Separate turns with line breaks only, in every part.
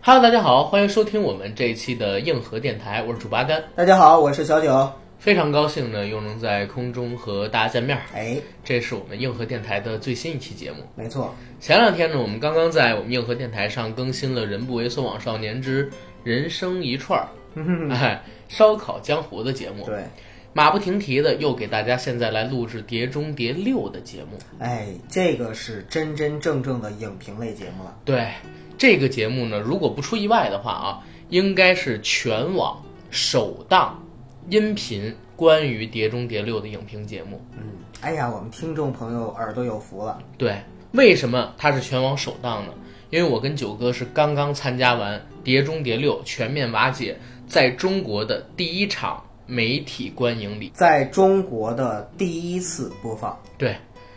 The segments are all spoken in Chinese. Hello，大家好，欢迎收听我们这一期的硬核电台，我是主八甘，
大家好，我是小九。
非常高兴呢又能在空中和大家见面儿。
哎，
这是我们硬核电台的最新一期节目。
没错，
前两天呢，我们刚刚在我们硬核电台上更新了《人不为所往少年之人生一串儿》
嗯
哎，烧烤江湖的节目，
对，
马不停蹄的又给大家现在来录制《碟中谍六》的节目。
哎，这个是真真正正的影评类节目了。
对这个节目呢，如果不出意外的话啊，应该是全网首档音频关于《碟中谍六》的影评节目。
嗯，哎呀，我们听众朋友耳朵有福了。
对，为什么它是全网首档呢？因为我跟九哥是刚刚参加完《碟中谍六》全面瓦解在中国的第一场媒体观影礼，
在中国的第一次播放，
对，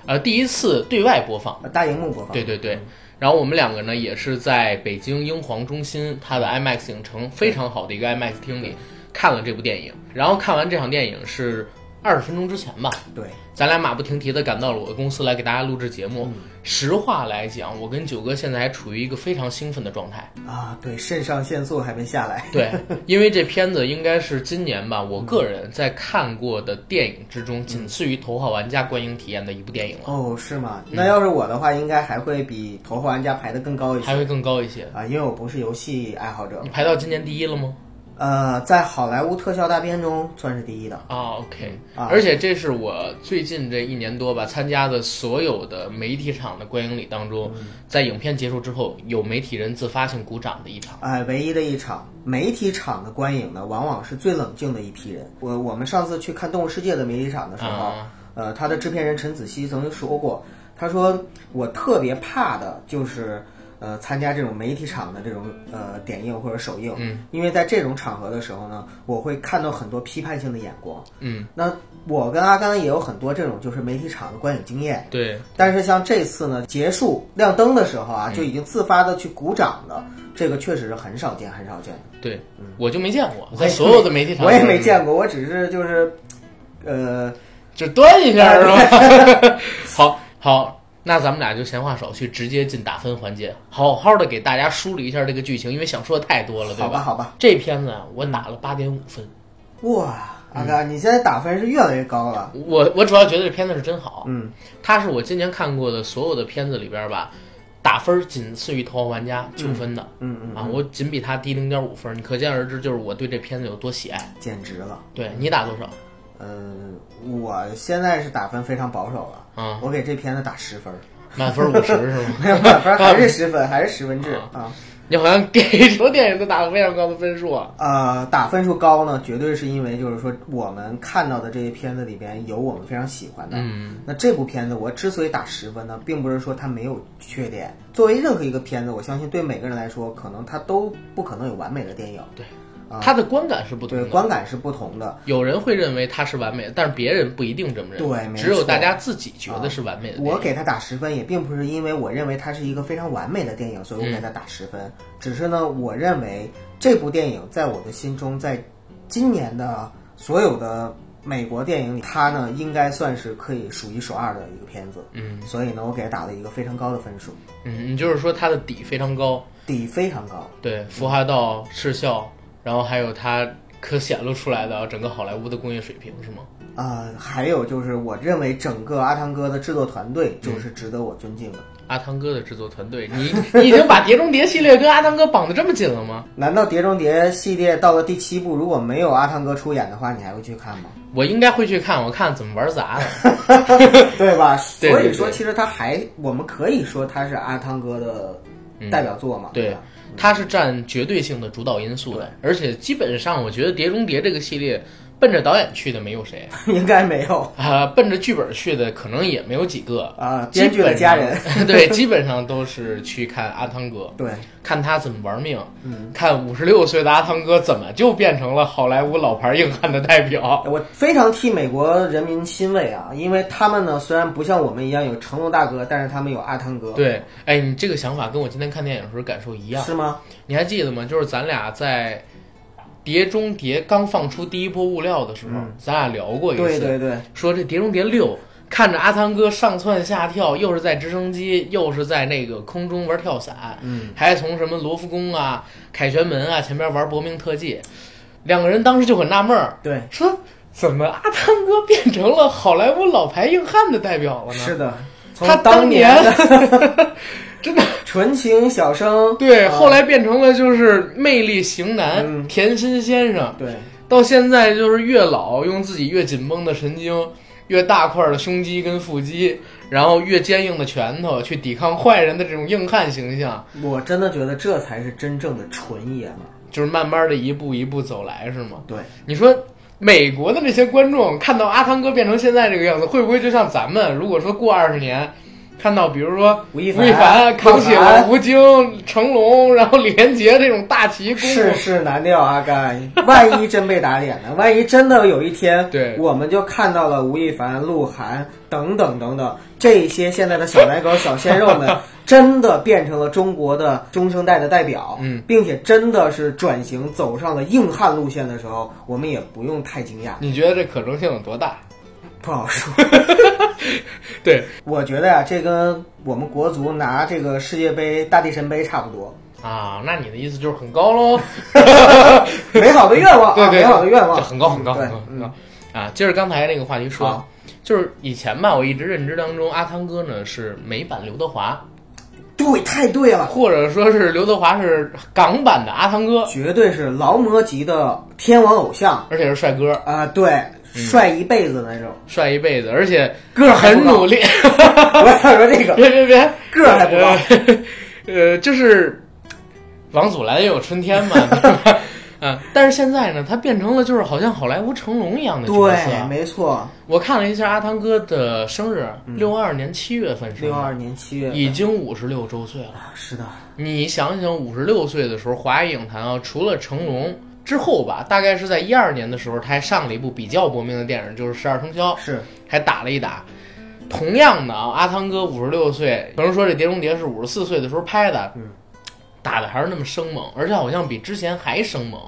呃，第一次对外播放。
呃大荧幕播放。
对对对，然后我们两个呢也是在北京英皇中心它的 IMAX 影城非常好的一个 IMAX 厅里看了这部电影，然后看完这场电影是二十分钟之前吧，
对，
咱俩马不停蹄的赶到了我的公司来给大家录制节目。实话来讲，我跟九哥现在还处于一个非常兴奋的状态，
啊，对，肾上腺素还没下来。
对，因为这片子应该是今年吧，我个人在看过的电影之中，仅次于《头号玩家》观影体验的一部电影了，
哦，是吗？那要是我的话，应该还会比《头号玩家》排得更高一些
还会更高一些。
啊，因为我不是游戏爱好者
你。排到今年第一了吗？
呃，在好莱坞特效大片中算是第一的。
啊，OK，
啊
而且这是我最近这一年多吧参加的所有的媒体场的观影礼当中，在影片结束之后，有媒体人自发性鼓掌的一场。
哎，唯一的一场媒体场的观影呢，往往是最冷静的一批人。我我们上次去看《动物世界》的媒体场的时候，
啊
呃，他的制片人陈子希曾经说过，他说我特别怕的就是。呃，参加这种媒体场的这种呃点映或者首映，嗯，因为在这种场合的时候呢，我会看到很多批判性的眼光，
嗯，
那我跟阿甘也有很多这种就是媒体场的观影经验，
对，
但是像这次呢，结束亮灯的时候啊，就已经自发的去鼓掌的，这个确实是很少见，很少见的。
对，嗯我就没见过，
我
在
也
所有的媒体场
我也没，见过，我只是就是，呃，
只端一下是吧？ 好好，那咱们俩就闲话少叙，直接进打分环节，好好的给大家梳理一下这个剧情，因为想说的太多了，对
好吧，
吧？
好吧。
这片子啊，我打了八点五分，
哇，阿甘，你现在打分是越来越高了。
我我主要觉得这片子是真好，
嗯，
它是我今年看过的所有的片子里边儿吧，打分儿仅次于《头号玩家》九分的，
嗯嗯，
啊，我仅比它低零点五分儿，你可见而知，就是我对这片子有多喜爱。
简直了。
对你打多少？
嗯、我现在是打分非常保守了。
嗯
我给这片子打十 分，
满分五十是吗？
没有满分还是十分，还是十分制啊。
你好像给 什么电影都打了非常高的分数啊！
呃，打分数高呢，绝对是因为就是说我们看到的这些片子里边有我们非常喜欢的。
嗯，
那这部片子我之所以打十分呢，并不是说它没有缺点。作为任何一个片子，我相信对每个人来说，可能它都不可能有完美的电影，
对，他的观感是不同
啊对，
的。
观感是不同的。
有人会认为它是完美的，但是别人不一定这么认为。
对没
只有
错啊
大家自己觉得是完美的电影。
我给他打十分，也并不是因为我认为它是一个非常完美的电影，所以我给他打十分。只是呢，我认为这部电影在我的心中，在今年的所有的美国电影里，它呢应该算是可以数一数二的一个片子。
嗯，
所以呢，我给他打了一个非常高的分数，
嗯，你就是说它的底非常高，
底非常高。
对，服化道、视效，然后还有它可显露出来的整个好莱坞的工业水平，是吗？
呃，还有就是，我认为整个阿汤哥的制作团队就是值得我尊敬的。
阿汤哥的制作团队， 你你已经把《碟中谍》系列跟阿汤哥绑得这么紧了吗？
难道《碟中谍》系列到了第七部，如果没有阿汤哥出演的话，你还会去看吗？
我应该会去看，我看怎么玩砸的。
对吧？
对
所
对
以说，
对
其实他还，我们可以说他是阿汤哥的代表作嘛，
嗯对
吧？，
它是占绝对性的主导因素的，而且基本上我觉得《碟中谍》这个系列奔着导演去的没有谁
应该没有
啊、奔着剧本去的可能也没有几个。
啊，编剧的家人，
基 本上 对，基本上都是去看阿汤哥。
对，
看他怎么玩命，
嗯
看五十六岁的阿汤哥怎么就变成了好莱坞老牌硬汉的代表。
我非常替美国人民欣慰啊，因为他们呢虽然不像我们一样有成龙大哥，但是他们有阿汤哥，
对，哎，你这个想法跟我今天看电影的时候感受一样。
是吗？
你还记得吗？就是咱俩在《碟中谍》刚放出第一波物料的时候，咱俩聊过一次，
嗯对对对，
说这《碟中谍六》看着阿汤哥上蹿下跳，又是在直升机，又是在那个空中玩跳伞，
嗯，
还从什么罗浮宫啊、凯旋门啊前面玩搏命特技，两个人当时就很纳闷儿，
对，
说怎么阿汤哥变成了好莱坞老牌硬汉的代表了呢？
是的，从
他
当
年
的
真的
纯情小生，
对，
啊
后来变成了就是魅力型男、
嗯
甜心先生，
对，
到现在就是越老，用自己越紧绷的神经、越大块的胸肌跟腹肌，然后越坚硬的拳头去抵抗坏人的这种硬汉形象，
我真的觉得这才是真正的纯爷们儿。
就是慢慢的一步一步走来，是吗？
对，
你说美国的那些观众看到阿汤哥变成现在这个样子，会不会就像咱们，如果说过二十年？看到，比如说
吴亦
吴亦凡
凡
扛起了
鹿
吴京、成龙， 然后李连杰这种大旗公
世事难料啊，干！万一真被打脸呢？万一真的有一天，
对
我们就看到了吴亦凡、鹿晗等等等等这些现在的小奶狗、小鲜肉 们，真的变成了中国的中生代的代表，
嗯，
并且真的是转型走上了硬汉路线的时候，我们也不用太惊讶，
你觉得这可能性有多大？
不好说。
对
我觉得呀、这跟我们国足拿这个世界杯大力神杯差不 多，
啊，那你的意思就是很高 喽？
美好的愿望啊，
对对，
美好的愿望
这，很高很高
对
很高很
嗯啊
高啊！接着刚才那个话题说
好，
就是以前吧，我一直认知当中，阿汤哥呢是美版刘德华，
对，太对了。
或者说是刘德华是港版的阿汤哥，
绝对是劳模级的天王偶像
而且是帅哥，
啊、对，
嗯
帅一辈子的 那种。
帅一辈子，而且
个儿还
很
不高
努力。
我想说这个，
别别别，
个儿还不
高。呃，就是王祖蓝也有春 天嘛，对吧？啊，但是现在呢，他变成了就是好像好莱坞成龙一样的角色。啊
对，没错，
我看了一下阿汤哥的生日，六二年七月份生
嗯六
日，
二年七月，
已经五十六周岁了。
啊是的，
你想想，五十六岁的时候，华语影坛啊，除了成龙之后吧，大概是在一二年的时候，他还上了一部比较搏命的电影，就是《十二生肖》，
啊是
还打了一打。同样的啊，阿汤哥五十六岁，有人说这《碟中谍》是五十四岁的时候拍的，
嗯
打的还是那么生猛，而且好像比之前还生猛，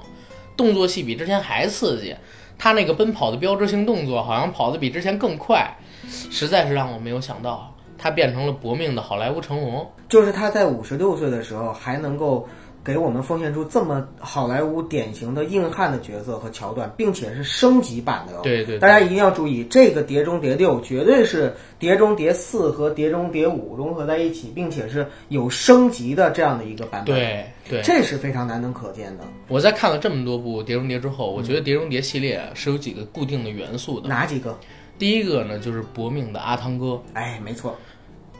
动作戏比之前还刺激。他那个奔跑的标志性动作，好像跑得比之前更快，实在是让我没有想到，他变成了搏命的好莱坞成龙。
就是他在五十六岁的时候还能够。给我们奉献出这么好莱坞典型的硬汉的角色和桥段，并且是升级版的哦。
对对对
大家一定要注意，这个《碟中谍六》绝对是《碟中谍四》和《碟中谍五》融合在一起，并且是有升级的这样的一个版本。
对对，
这是非常难能可见的。
我在看了这么多部《碟中谍》之后，我觉得《
嗯
碟中谍》系列是有几个固定的元素的。
哪几个？
第一个呢，就是搏命的阿汤哥。
哎，没错，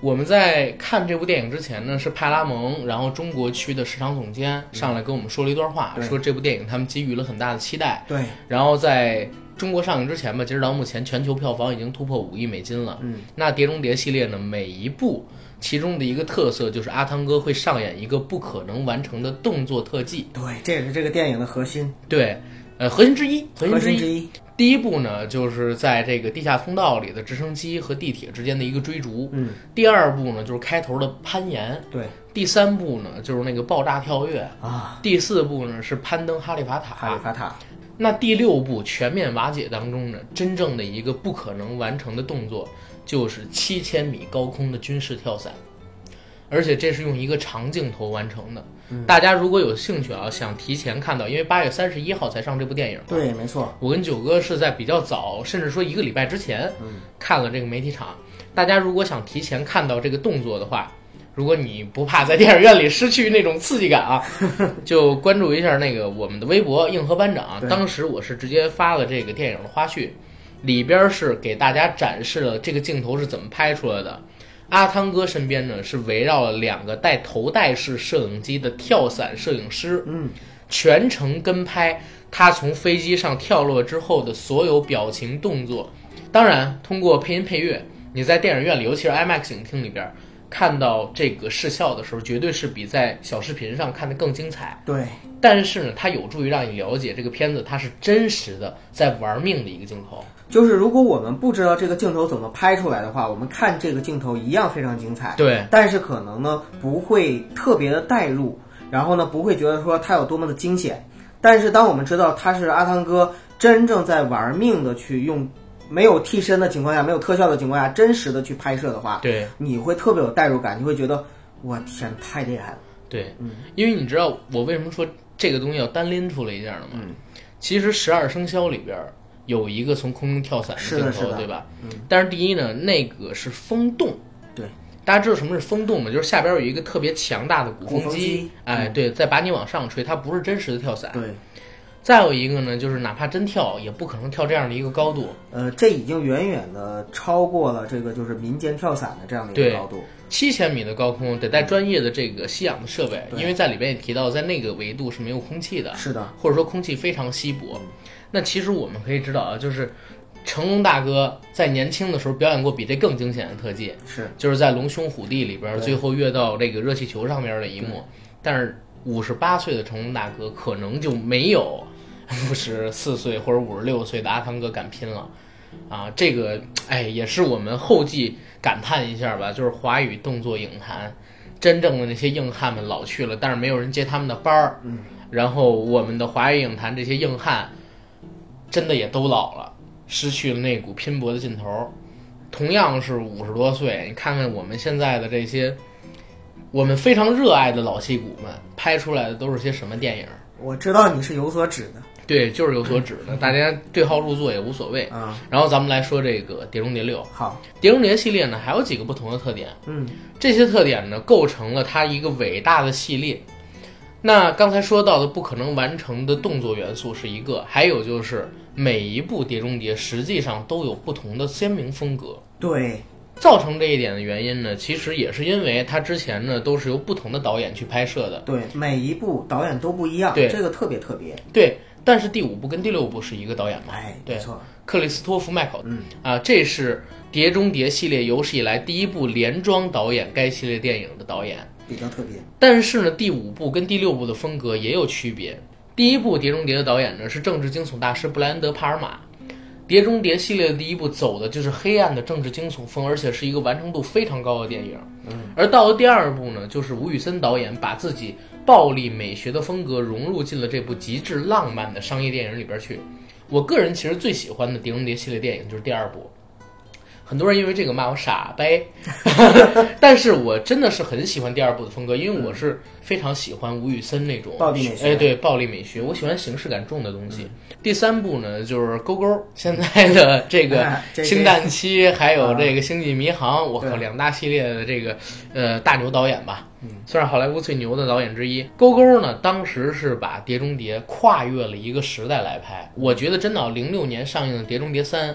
我们在看这部电影之前呢，是派拉蒙，然后中国区的市场总监上来跟我们说了一段话，
对
说这部电影他们给予了很大的期待。
对，
然后在中国上映之前吧，截止到目前，全球票房已经突破五亿美金了。
嗯，
那《碟中谍》系列呢，每一部其中的一个特色就是阿汤哥会上演一个不可能完成的动作特技，
对，这也是这个电影的核心，
对，呃，核心之一，核
核
心之一
心之。一。
第一部呢，就是在这个地下通道里的直升机和地铁之间的一个追逐。
嗯，
第二部呢，就是开头的攀岩。
对
第三部呢，就是那个爆炸跳跃；
啊，
第四部呢是攀登哈利法
哈
塔
利；法塔，
那第六部全面瓦解当中呢，真正的一个不可能完成的动作，就是七千米高空的军事跳伞，而且这是用一个长镜头完成的。
嗯
大家如果有兴趣啊，想提前看到，因为八月三十一号才上这部电影。，
对，没错，
我跟九哥是在比较早，甚至说一个礼拜之前，
嗯
看了这个媒体场。大家如果想提前看到这个动作的话，如果你不怕在电影院里失去那种刺激感 啊，就关注一下那个我们的微博“硬核班长”。
对
当时我是直接发了这个电影的花絮，里边是给大家展示了这个镜头是怎么拍出来的。阿汤哥身边呢是围绕了两个带头戴式摄影机的跳伞摄影师，
嗯，
全程跟拍他从飞机上跳落之后的所有表情动作。当然，通过配音配乐，你在电影院里，尤其是 IMAX 影厅里边看到这个视效的时候，绝对是比在小视频上看的更精彩。
对，
但是呢，它有助于让你了解这个片子它是真实的在玩命的一个镜头。
就是如果我们不知道这个镜头怎么拍出来的话，我们看这个镜头一样非常精彩。
对，
但是可能呢不会特别的带入，然后呢不会觉得说它有多么的惊险。但是当我们知道他是阿汤哥真正在玩命的去用没有替身的情况下，没有特效的情况下，真实的去拍摄的话，
对
你会特别有代入感，你会觉得我天太厉害了。
对，
嗯
因为你知道我为什么说这个东西要单拎出来一下了吗？
嗯
其实《十二生肖》里边儿有一个从空中跳伞
是
镜
的
头，
是的嗯
对吧？但是第一呢，那个是风洞。
对，
大家知道什么是风洞吗？就是下边有一个特别强大的鼓
鼓
风
风机嗯
哎，对，再把你往上吹，它不是真实的跳伞。
对，
再有一个呢，就是哪怕真跳，也不可能跳这样的一个高度。
呃，这已经远远的超过了这个就是民间跳伞的这样的一
对
个高度。
七千米的高空得带专业的这个吸氧的设备，因为在里边也提到，在那个维度是没有空气的，
是的，
或者说空气非常稀薄。那其实我们可以知道啊，就是成龙大哥在年轻的时候表演过比这更惊险的特技，
是
就是在《龙兄虎弟》里边最后跃到这个热气球上面的一幕。但是五十八岁的成龙大哥可能就没有五十四岁或者五十六岁的阿汤哥敢拼了。啊，这个哎，也是我们后继感叹一下吧，就是华语动作影坛，真正的那些硬汉们老去了，但是没有人接他们的班儿。嗯，然后我们的华语影坛这些硬汉，真的也都老了，失去了那股拼搏的劲头儿。同样是五十多岁，你看看我们现在的这些，我们非常热爱的老戏骨们拍出来的都是些什么电影儿？
我知道你是有所指的
对，就是有所指的，大家对号入座也无所谓。
啊、
嗯然后咱们来说这个《碟中谍六》，《
好，
碟中谍》系列呢还有几个不同的特点，
嗯，
这些特点呢构成了它一个伟大的系列。那刚才说到的不可能完成的动作元素是一个，还有就是每一部《碟中谍》实际上都有不同的鲜明风格。
对，
造成这一点的原因呢，其实也是因为它之前呢都是由不同的导演去拍摄的，
对，每一部导演都不一样，
对
这个特别特别。
对。但是第五部跟第六部是一个导演嘛？
哎，
对
没错，
克里斯托弗·麦考，嗯啊，这是《碟中谍》系列有史以来第一部连装导演该系列电影的导演。
比较特别。
但是呢，第五部跟第六部的风格也有区别。第一部《碟中谍》的导演呢是政治惊悚大师布莱恩德·帕尔玛，《碟中谍》系列的第一部走的就是黑暗的政治惊悚风，而且是一个完成度非常高的电影。嗯，而到了第二部呢，就是吴宇森导演把自己暴力美学的风格融入进了这部极致浪漫的商业电影里边去。我个人其实最喜欢的《碟中谍》系列电影就是第二部。很多人因为这个骂我傻 呗，但是我真的是很喜欢第二部的风格，因为我是非常喜欢吴宇森那种
嗯暴力美学嗯
哎，对，暴力美学，我喜欢形式感重的东西。第三部呢，就是勾勾， 现在的这啊个
哎这
星战七，还有这个星际迷航，我靠，
对
两大系列的这个呃大牛导演吧，算是好莱坞最牛的导演之一。勾勾呢，当时是把《碟中谍》跨越了一个时代来拍，我觉得真的，啊零六年上映的《碟中谍三》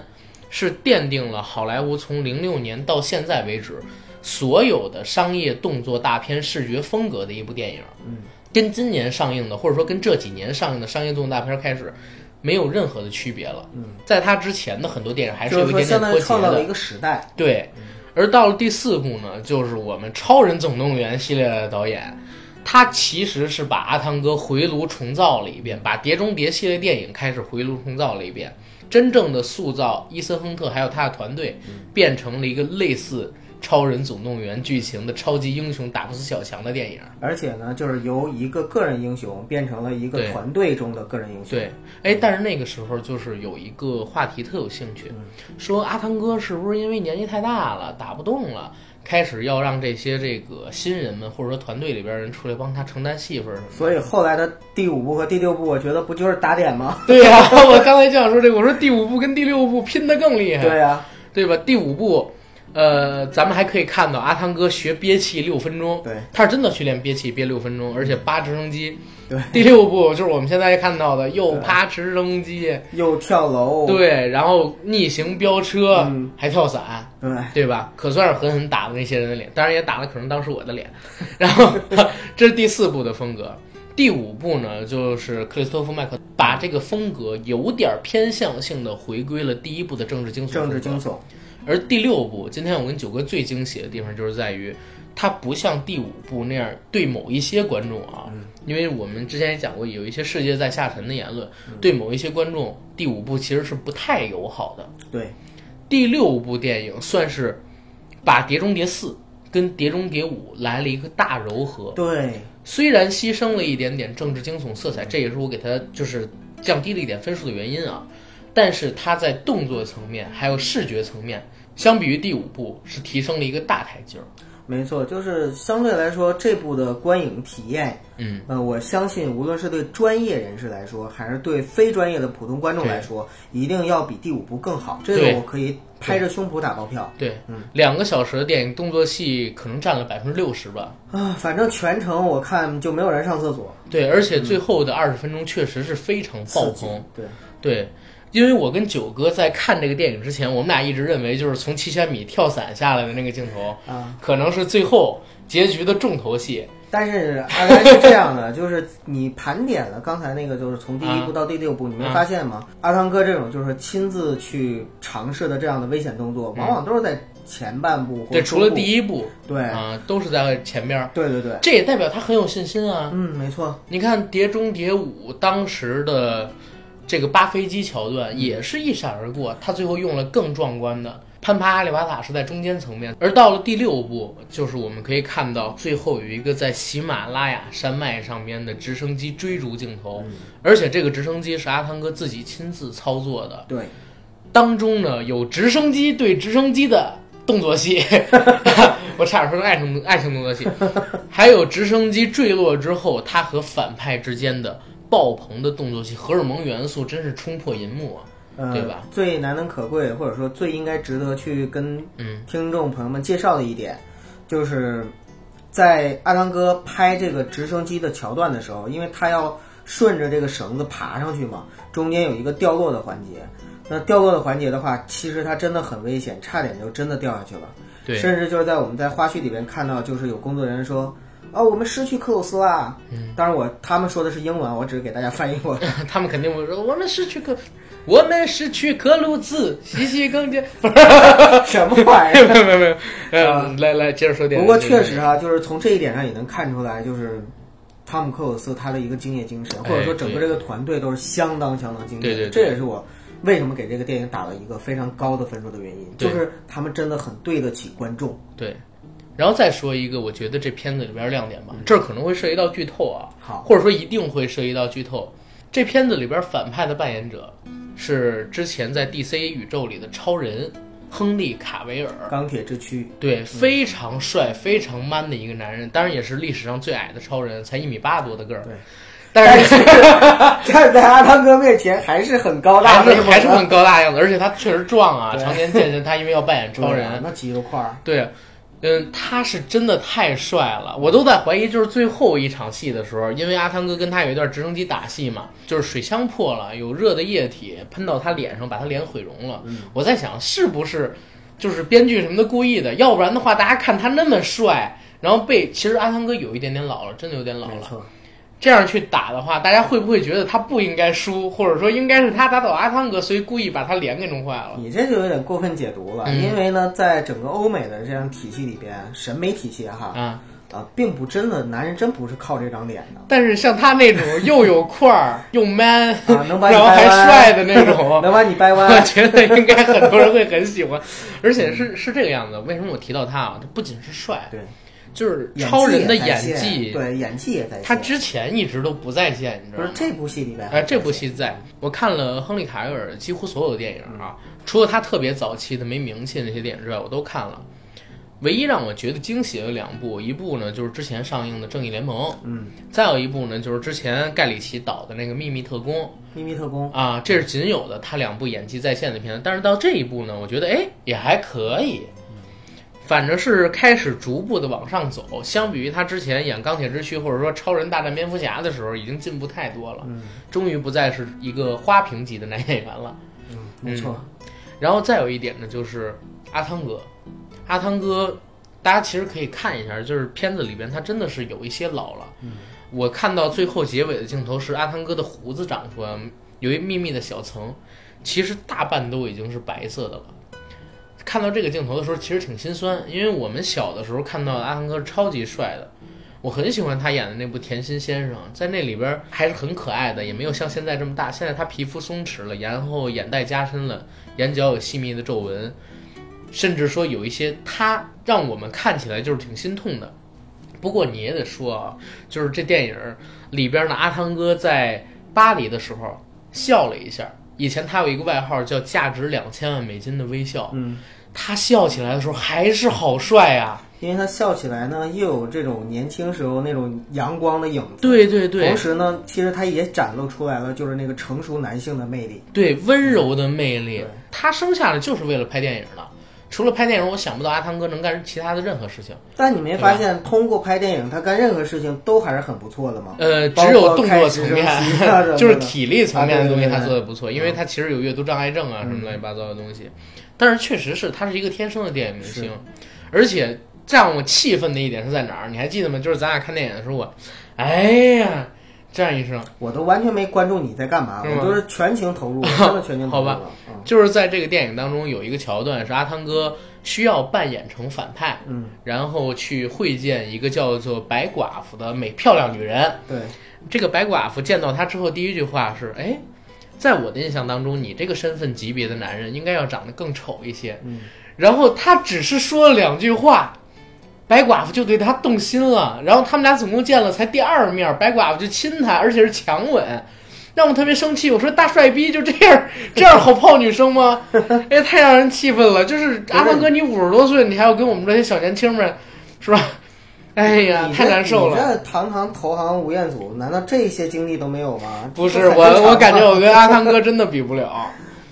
是奠定了好莱坞从零六年到现在为止所有的商业动作大片视觉风格的一部电影。嗯，跟今年上映的，或者说跟这几年上映的商业动作大片开始。没有任何的区别了。嗯，在它之前的很多电影还是
就
有
是
一
说，
点点
相当
脱
于
节
创造了
的
一。个时代。
对，而到了第四部呢，就是我们《超人总动员》系列的导演，他其实是把阿汤哥回炉重造了一遍，把《碟中谍》系列电影开始回炉重造了一遍，真正的塑造伊森亨特还有他的团队，变成了一个类似《超人总动员》剧情的超级英雄打不死小强的电影。
而且呢，就是由一个个人英雄变成了一
对
个团队中的个人英雄。
对，哎，但是那个时候就是有一个话题特有兴
嗯
趣，说阿汤哥是不是因为年纪太大了，打不动了，开始要让这些这个新人们或者说团队里边人出来帮他承担戏份儿什么的。
所以后来的第五部和第六部，我觉得不就是打点吗？
对呀、我刚才就想说这个，我说第五部跟第六部拼得更厉害，
对啊呀、
对啊吧？第五部，呃，咱们还可以看到阿汤哥学憋气六分钟，
对，
他是真的去练憋气憋六分钟，而且扒直升机。
对，
第六部就是我们现在看到的又趴直升机。
又跳楼，
对，然后逆行飙车，
嗯
还跳伞，
对
对吧？可算是狠狠打了那些人的脸，当然也打了可能当时我的脸。 然后这是第四部的风格，第五部呢就是克里斯托夫麦克把这个风格有点偏向性的回归了第一部的政治惊悚，
政治惊，悚，
而第六部，今天我跟九哥最惊喜的地方就是在于，它不像第五部那样对某一些观众啊，因为我们之前也讲过，有一些世界在下沉的言论，对某一些观众，第五部其实是不太友好的。
对，
第六部电影算是把《碟中谍四》跟《碟中谍五》来了一个大柔合，
对，
虽然牺牲了一点点政治惊悚色彩，这也是我给它就是降低了一点分数的原因啊。但是它在动作层面还有视觉层面，相比于第五部是提升了一个大台阶儿。
没错，就是相对来说这部的观影体验，
嗯，
呃，我相信无论是对专业人士来说，还是对非专业的普通观众来说，一定要比第五部更好。这
对
个我可以拍着胸脯打包票
对，两个小时的电影，动作戏可能占了百分之六十吧。
啊！反正全程我看就没有人上厕所，
对，而且最后的二十分钟确实是非常爆
刺激
棚。。
对，
对，因为我跟九哥在看这个电影之前，我们俩一直认为就是从七千米跳伞下来的那个镜头，
啊，
可能是最后结局的重头戏。
但是阿甘是这样的， 就是你盘点了刚才那个，就是从第一步到第六步，你没发现吗？
嗯
阿汤哥这种就是亲自去尝试的这样的危险动作，往往都是在前半部或
对，
者
除了
中部
第一部，
对
啊，都是在前边儿，
对对对，
这也代表他很有信心啊。
嗯，没错，
你看《碟中谍五》当时的这个扒飞机桥段也是一闪而过，他最后用了更壮观的攀爬阿里巴塔是在中间层面，而到了第六部，就是我们可以看到最后有一个在喜马拉雅山脉上面的直升机追逐镜头，而且这个直升机是阿汤哥自己亲自操作的，
对，
当中呢有直升机对直升机的动作 戏，我差点说成爱情爱情动作戏，还有直升机坠落之后，它和反派之间的爆棚的动作戏，荷尔蒙元素真是冲破银幕啊！
呃，
对吧？
最难能可贵，或者说最应该值得去跟
嗯
听众朋友们介绍的一点，就是在阿汤哥拍这个直升机的桥段的时候，因为他要顺着这个绳子爬上去嘛，中间有一个掉落的环节。那掉落的环节的话，其实它真的很危险，差点就真的掉下去了。
对
甚至就是在我们在花絮里边看到，就是有工作人员说：“啊、我们失去克鲁斯啦。”嗯，当然我他们说的是英文，我只是给大家翻译过来。
他们肯定会说我们是去克，我们是去格鲁兹，洗洗更加，不是，
什么玩意儿？
没有没有没有，呃，来来，接着说点。
啊不过确实啊，就是从这一点上也能看出来，就是汤姆克鲁斯他的一个敬业精神，
哎
或者说整个这个团队都是相当相当敬业。
对对对
这也是我为什么给这个电影打了一个非常高的分数的原因，
对
就是他们真的很对得起观众。
对，然后再说一个，我觉得这片子里边儿亮点吧，这儿可能会涉及到剧透啊，
嗯好
或者说一定会涉及到剧透。这片子里边儿反派的扮演者是之前在 DC 宇宙里的超人亨利·卡维尔，
钢铁之躯，
对，非常帅、非常 man 的一个男人，当然也是历史上最矮的超人，才一米八多的个儿
对，
但是
站 在阿汤哥面前还是很高大
啊 还
的
是
一个人，
还是很高大的样子，而且他确实壮啊，
对
常年健身，他因为要扮演超
对
人
啊，那肌肉块儿。
对，嗯，他是真的太帅了，我都在怀疑，就是最后一场戏的时候，因为阿汤哥跟他有一段直升机打戏嘛，就是水枪破了，有热的液体喷到他脸上，把他脸毁容了。
嗯
我在想，是不是就是编剧什么的故意的？要不然的话，大家看他那么帅，然后被其实阿汤哥有一点点老了，真的有点老
没
了。
错，
这样去打的话，大家会不会觉得他不应该输，或者说应该是他打倒阿汤哥，所以故意把他脸给弄坏了？
你这就有点过分解读了，
嗯
因为呢，在整个欧美的这样体系里边，审美体系哈，
啊，
啊，并不真的男人真不是靠这张脸的，
但是像他那种又有块儿又 man，、
啊，能把 你
然后还
掰弯
帅的那种，
能把你掰
我
弯。
觉得应该很多人会很喜欢。而且是是这个样子，为什么我提到他啊？他不仅是帅，
嗯对，
就是
演技
超人的
也在
演
线
技，
对，演技也在线。
他之前一直都不在线，你知
不
道
是
吗？
这部嗯戏里边，
哎，这部戏在我看了亨利·卡维尔几乎所有电影啊，除了他特别早期的没名气那些电影之外，我都看了。唯一让我觉得惊喜的有两部，一部呢就是之前上映的《正义联盟》，
嗯，
再有一部呢就是之前盖里奇导的那个《秘密特工》，
秘密特工，
啊，这是仅有的他两部演技在线的片子。但是到这一步呢，我觉得哎也还可以，反正是开始逐步的往上走。相比于他之前演钢铁之躯或者说超人大战蝙蝠侠的时候，已经进步太多了，终于不再是一个花瓶级的男演员了。
没错，
然后再有一点呢，就是阿汤哥，阿汤哥，大家其实可以看一下，就是片子里边他真的是有一些老了。我看到最后结尾的镜头是阿汤哥的胡子长出来，有一密密的小层，其实大半都已经是白色的了。看到这个镜头的时候，其实挺心酸，因为我们小的时候看到阿汤哥是超级帅的，我很喜欢他演的那部《甜心先生》，在那里边还是很可爱的，也没有像现在这么大。现在他皮肤松弛了，然后眼袋加深了，眼角有细密的皱纹，甚至说有一些他让我们看起来就是挺心痛的。不过你也得说啊，就是这电影里边呢，阿汤哥在巴黎的时候笑了一下，以前他有一个外号叫“价值两千万美金的微笑
嗯，”，
他笑起来的时候还是好帅啊！
因为他笑起来呢，又有这种年轻时候那种阳光的影子。
对对对
同，时呢，其实他也展露出来了，就是那个成熟男性的魅力。
对温柔的魅力
对，
他生下来就是为了拍电影的。除了拍电影，我想不到阿汤哥能干其他的任何事情。
但你没发
嗯
现，通过拍电影，他干任何事情都还是很不错的吗？
呃，
包
只
括
有动
开
作
直
层
升
面
机啊什 么，
就是
的
体力层面的东西
啊对对对嗯
他做的不错，因为他其实有阅读障碍症啊什么乱七八糟的东西。但是确实是，他是一个天生的电影明星，而且让我气愤的一点是在哪儿？你还记得吗？就是咱俩看电影的时候，我，哎呀，这样一声，
我都完全没关注你在干嘛，
是吗
我都是全情投 入，我真的全情投入
嗯好
了。嗯
就是在这个电影当中有一个桥段是阿汤哥需要扮演成反派，
嗯，
然后去会见一个叫做白寡妇的美漂亮女人。
对，
这个白寡妇见到他之后，第一句话是：“哎，在我的印象当中，你这个身份级别的男人应该要长得更丑一些。
嗯”
然后他只是说了两句话，白寡妇就对他动心了。然后他们俩总共见了才第二面，白寡妇就亲他，而且是强吻。让我特别生气，我说大帅逼就这 样，这样好泡女生吗？哎，太让人气愤了。就是阿汤 哥，你五十多岁，你还要跟我们这些小年轻们，是吧？哎呀，
你这
太难受了。
你这堂堂投行吴彦祖，难道这些经历都没有吗？
不是
这很正常
我，
吗
我感觉我跟阿汤哥真的比不 了。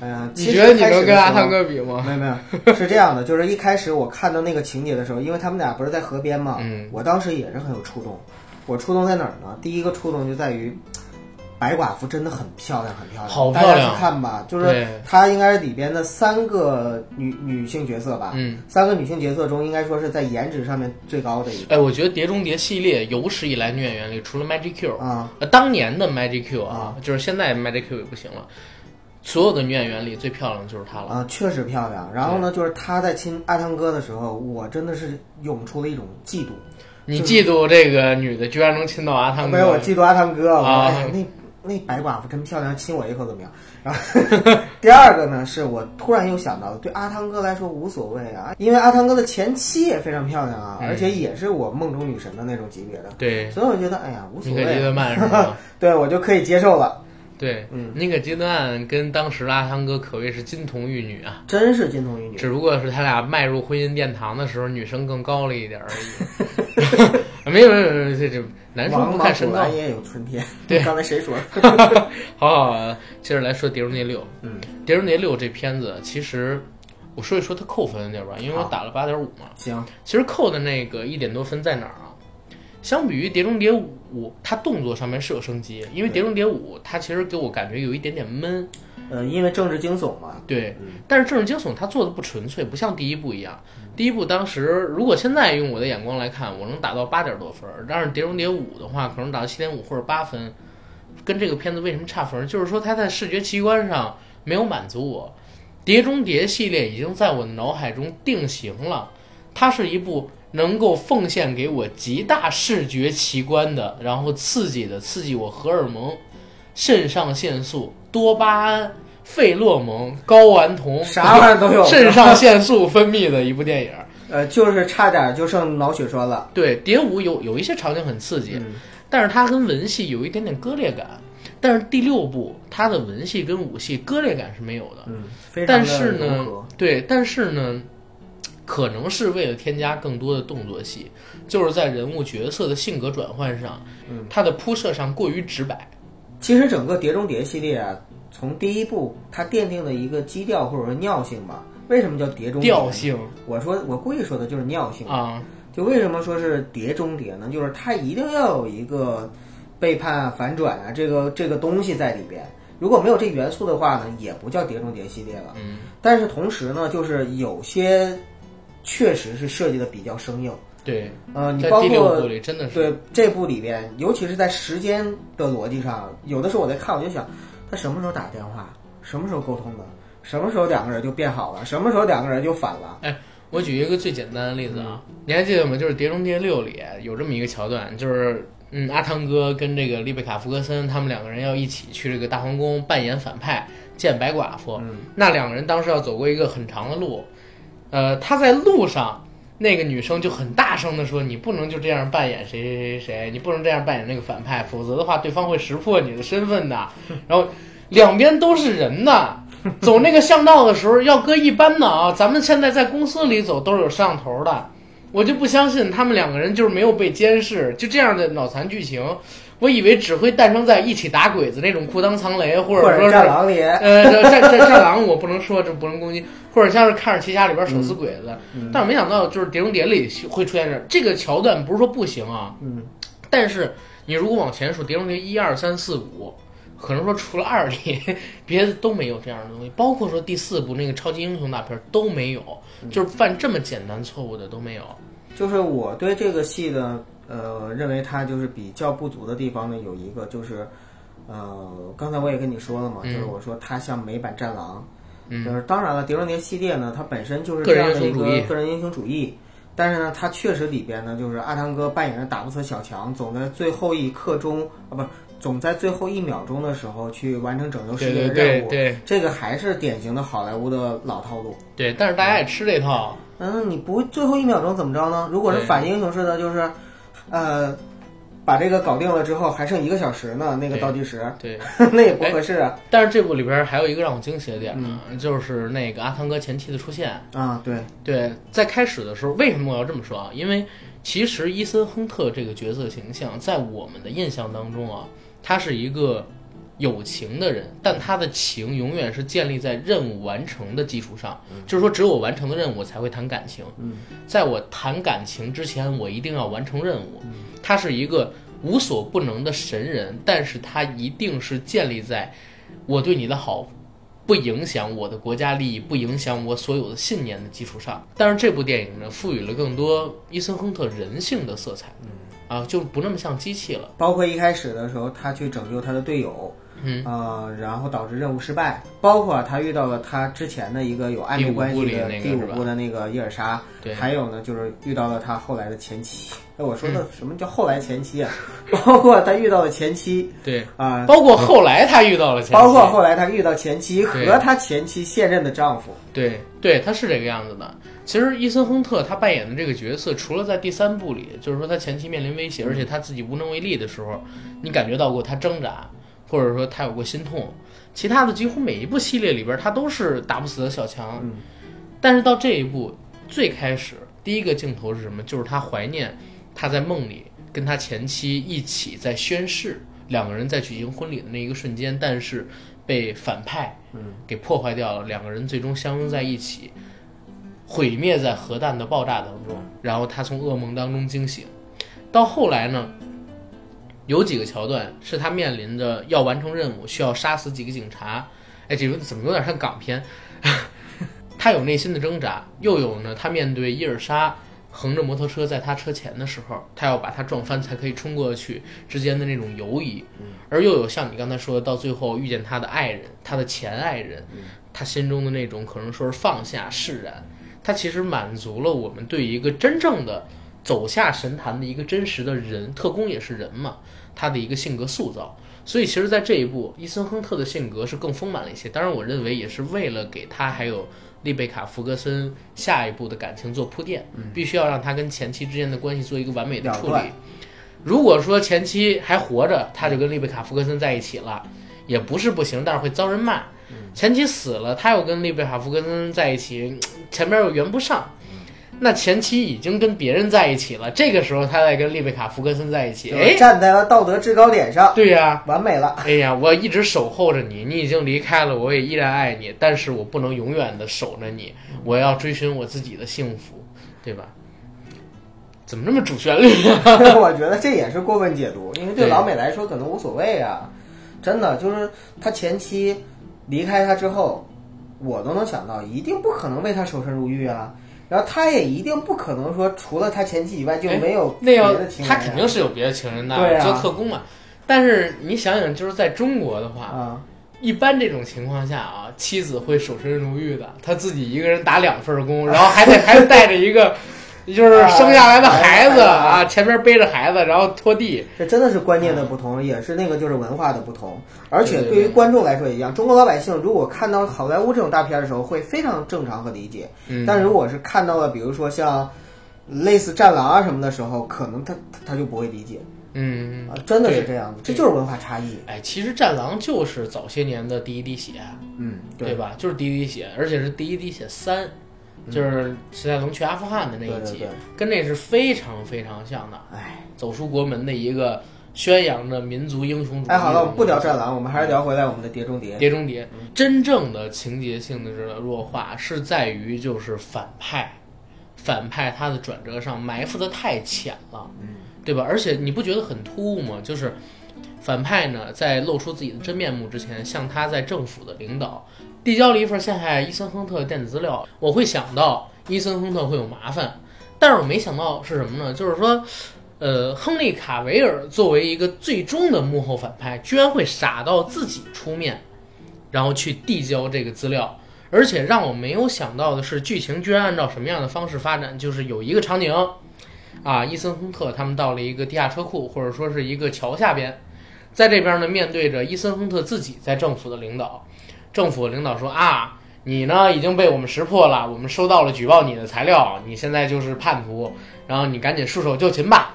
哎呀，
你
其实
觉得你
开始
能
的
跟阿
时候
汤哥比吗？
没有没 有，是这样的，就是一开始我看到那个情节的时候，因为他们俩不是在河边嘛，
嗯
我当时也是很有触动。我触动在哪儿呢？第一个触动就在于，白寡妇真的很漂亮，很漂亮，
好
大
漂
家
亮
去看吧，就是
对，
她应该是里边的三个女女性角色吧，
嗯，
三个女性角色中应该说是在颜值上面最高的一
哎，我觉得《碟中谍》系列有史以来女演员里，除了 Magic Q，
个啊，
呃，当年的 Magic Q
啊
啊，就是现在 Magic Q 也不行了，所有的女演员里最漂亮的就是她了。
啊，确实漂亮。然后呢，就是她在亲阿汤哥的时候，我真的是涌出了一种嫉妒。
你嫉妒这个女的居然能亲到阿汤
没有，我
哥？
嫉妒阿汤哥，我说、
啊
哎呀，那那白寡妇真漂亮，亲我一口怎么样？然后第二个呢，是我突然又想到了，对阿汤哥来说无所谓啊，因为阿汤哥的前妻也非常漂亮啊，
嗯
而且也是我梦中女神的那种级别的，
对，
所以我觉得哎呀无
尼
所
可基
谓，
德曼是吗？
对我就可以接受了，
对
嗯，
尼可基德曼跟当时的阿汤哥可谓是金童玉女啊，
真是金童玉女。
只不过是他俩迈入婚姻殿堂的时候，女生更高了一点而已。 没有没有没有，这这男生
王
不
王
看
祖
身高
蓝。也有春天，
对
刚才谁说的？
好好好，接着来说《碟中谍六》。
嗯，
《碟中谍六》这片子，其实我说一说它扣分的地儿吧，因为我
好
打了八点五嘛。
行，
其实扣的那个一点多分在哪儿啊？相比于《碟中谍五》，它动作上面是有升级，因为《碟中谍五》它其实给我感觉有一点点闷，
呃，因为政治惊悚嘛，
对
嗯。
但是政治惊悚它做的不纯粹，不像第一部一样。第一部当时如果现在用我的眼光来看，我能打到八点多分儿，但是《碟中谍五》的话，可能打到七点五或者八分。跟这个片子为什么差分儿？就是说它在视觉奇观上没有满足我。《碟中谍》系列已经在我的脑海中定型了，它是一部能够奉献给我极大视觉奇观的，然后刺激的，刺激我荷尔蒙、肾上腺素、多巴胺、费洛蒙、睾丸酮，
啥玩意儿都有
肾上腺素分泌的一部电影儿。
呃，就是差点就剩脑血栓了。
对，《蝶舞》有有一些场景很刺激，
嗯，
但是它跟文戏有一点点割裂感。但是第六部它的文戏跟武戏割裂感是没有的，
嗯，非常
但
的
是
融
呢
合，
对，但是呢，可能是为了添加更多的动作戏，就是在人物角色的性格转换上，
嗯
它的铺设上过于直白。
其实整个《碟中谍》系列啊，从第一部它奠定了一个基调或者说尿性吧。为什么叫碟中谍呢
调？性
我说我故意说的就是尿性。
啊，
就为什么说是碟中谍呢？就是它一定要有一个背叛啊、反转啊，这个这个东西在里边。如果没有这元素的话呢，也不叫碟中谍系列了。
嗯，
但是同时呢，就是有些确实是设计的比较生硬。
对，
呃，你
在
包
第六
括
部里真的是
对这部里边，尤其是在时间的逻辑上，有的时候我在看，我就想，他什么时候打电话，什么时候沟通的，什么时候两个人就变好了，什么时候两个人就反了。
我举一个最简单的例子啊，你还记得吗？就是《碟中谍六》里有这么一个桥段，就是嗯，阿汤哥跟这个丽贝卡·福格森他们两个人要一起去这个大皇宫扮演反派，见白寡妇。
嗯
那两个人当时要走过一个很长的路，呃，他在路上。那个女生就很大声的说：“你不能就这样扮演谁谁谁谁，你不能这样扮演那个反派，否则的话，对方会识破你的身份的。”然后两边都是人 呐。走那个巷道的时候，要搁一般的啊，咱们现在在公司里走都是有摄像头的，我就不相信他们两个人就是没有被监视，就这样的脑残剧情，我以为只会诞生在一起打鬼子那种裤裆藏雷，或
或
者说
者
是
战狼里，
呃，这战战战狼我不能说这不能攻击，或者像是看着奇侠里边手
嗯
撕鬼子，但我没想到就是《碟中谍》里会出现这这个桥段，不是说不行啊，
嗯，
但是你如果往前数，《碟中谍》一二三四五，可能说除了二里，别的都没有这样的东西，包括说第四部那个超级英雄大片都没有，
嗯
就是犯这么简单错误的都没有。
就是我对这个戏的呃，认为它就是比较不足的地方呢，有一个就是，呃，刚才我也跟你说了嘛，
嗯
就是我说它像美版战狼，就是当然了，《碟中谍》系列呢，它本身就是
个
这
人
样的一
英雄主义
个个人英雄主义。但是呢，它确实里边呢，就是阿汤哥扮演的打不死小强，总在最后一刻钟啊，不是，总在最后一秒钟的时候去完成拯救世
对
界
对
的
对
任务。
对
这个还是典型的好莱坞的老套路。
对，但是大家爱吃这套，
嗯，你不最后一秒钟怎么着呢？如果是
对
反英雄式的，就是，呃，把这个搞定了之后还剩一个小时呢，那个
对
倒计时，
对。
那也不合适啊。
但是这部里边还有一个让我惊喜的点呢，
嗯
就是那个阿汤哥前期的出现。
啊，对，
对，在开始的时候，为什么我要这么说啊？因为其实伊森亨特这个角色形象，在我们的印象当中啊，他是一个有情的人，但他的情永远是建立在任务完成的基础上，就是说，只有我完成的任务，我才会谈感情。在我谈感情之前，我一定要完成任务。他是一个无所不能的神人，但是他一定是建立在我对你的好不影响我的国家利益，不影响我所有的信念的基础上。但是这部电影呢，赋予了更多伊森亨特人性的色彩，
嗯
啊，就不那么像机器了。
包括一开始的时候，他去拯救他的队友，
嗯，
呃，然后导致任务失败，包括他遇到了他之前的一个有暧昧关系的
第
第
五部里那个是
五
吧
部的那个伊尔莎，
对
还有呢就是遇到了他后来的前妻。哎，我说
嗯
的什么叫后来前妻啊？ 包括他遇到了前妻
对，
啊，
包括后来他遇到了前妻，
包括后来他遇到前妻
对
和他前妻现任的丈夫，
对对，他是这个样子的。其实伊森亨特他扮演的这个角色，除了在第三部里，就是说他前期面临威胁，而且他自己无能为力的时候，你感觉到过他挣扎，或者说他有过心痛。其他的几乎每一部系列里边，他都是打不死的小强。但是到这一部，最开始第一个镜头是什么？就是他怀念他在梦里跟他前妻一起在宣誓，两个人在举行婚礼的那一个瞬间，但是被反派给破坏掉了，两个人最终相拥在一起，毁灭在核弹的爆炸当中。然后他从噩梦当中惊醒，到后来呢，有几个桥段是他面临着要完成任务，需要杀死几个警察。哎，这有怎么有点像港片？ 他有内心的挣扎，又有呢，他面对伊尔莎横着摩托车在他车前的时候，他要把他撞翻才可以冲过去之间的那种犹疑，而又有像你刚才说的，到最后遇见他的爱人，他的前爱人，他心中的那种可能说是放下释然，他其实满足了我们对一个真正的走下神坛的一个真实的人，特工也是人嘛，他的一个性格塑造。所以其实，在这一步，伊森亨特的性格是更丰满了一些。当然，我认为也是为了给他还有丽贝卡·福格森下一步的感情做铺垫，必须要让他跟前妻之间的关系做一个完美的
嗯了
处理
断。
如果说前妻还活着，他就跟丽贝卡·福格森在一起了，也不是不行，但是会遭人骂。
嗯
前妻死了，他又跟丽贝卡·福格森在一起，前面又圆不上。那前妻已经跟别人在一起了，这个时候他再跟丽贝卡·福格森在一起，
就
哎，
站在了道德制高 点上，
对呀、
完美了。
哎呀，我一直守候着你，你已经离开了，我也依然爱你，但是我不能永远的守着你，
嗯
我要追寻我自己的幸福，对吧？怎么这么主旋律 啊？
我觉得这也是过分解读，因为对
对
老美来说可能无所谓啊。真的就是他前妻离开他之后，我都能想到，一定不可能为他守身如玉啊。然后他也一定不可能说，除了他前妻以外就没有
那
别
要
的情人、啊
他肯定是有别的情人的，
对啊
做特工嘛。但是你想想，就是在中国的话，
啊，
一般这种情况下啊，妻子会守身如玉的，她自己一个人打两份工，然后还得 还带着一个，就是生下来的孩子啊，前面背着孩子，然后拖地。
这真的是观念的不同，也是那个就是文化的不同。而且
嗯对对
对于
对
观众来说也一样，中国老百姓如果看到好莱坞这种大片的时候，会非常正常和理解。
嗯，
但如果是看到了，比如说像类似《战狼》啊什么的时候，可能他他他就不会理解。
嗯，
啊，真的是
对
这样的，这
对
就是文化差异。
哎，其实《战狼》就是早些年的第一滴血，
嗯，
对吧？就是第一滴血，而且是第一滴血三，就是史泰龙去阿富汗的那一集，
嗯对对对
跟那是非常非常像的，
哎，
走出国门的一个宣扬着民族英雄主义。
哎，好了，我们不聊战。狼，我们还是聊回来我们的《碟中谍》。
碟中谍真正的情节性的这个弱化是在于就是反派，反派他的转折上埋伏的太浅了，对吧？而且你不觉得很突兀吗？就是反派呢，在露出自己的真面目之前，向他在政府的领导递交了一份陷害伊森亨特的电子资料。我会想到伊森亨特会有麻烦，但是我没想到是什么呢？就是说，呃，亨利卡维尔作为一个最终的幕后反派，居然会傻到自己出面，然后去递交这个资料。而且让我没有想到的是，剧情居然按照什么样的方式发展？就是有一个场景，啊，伊森亨特他们到了一个地下车库，或者说是一个桥下边，在这边呢，面对着伊森亨特自己在政府的领导，政府领导说啊，你呢已经被我们识破了，我们收到了举报你的材料，你现在就是叛徒，然后你赶紧束手就擒吧。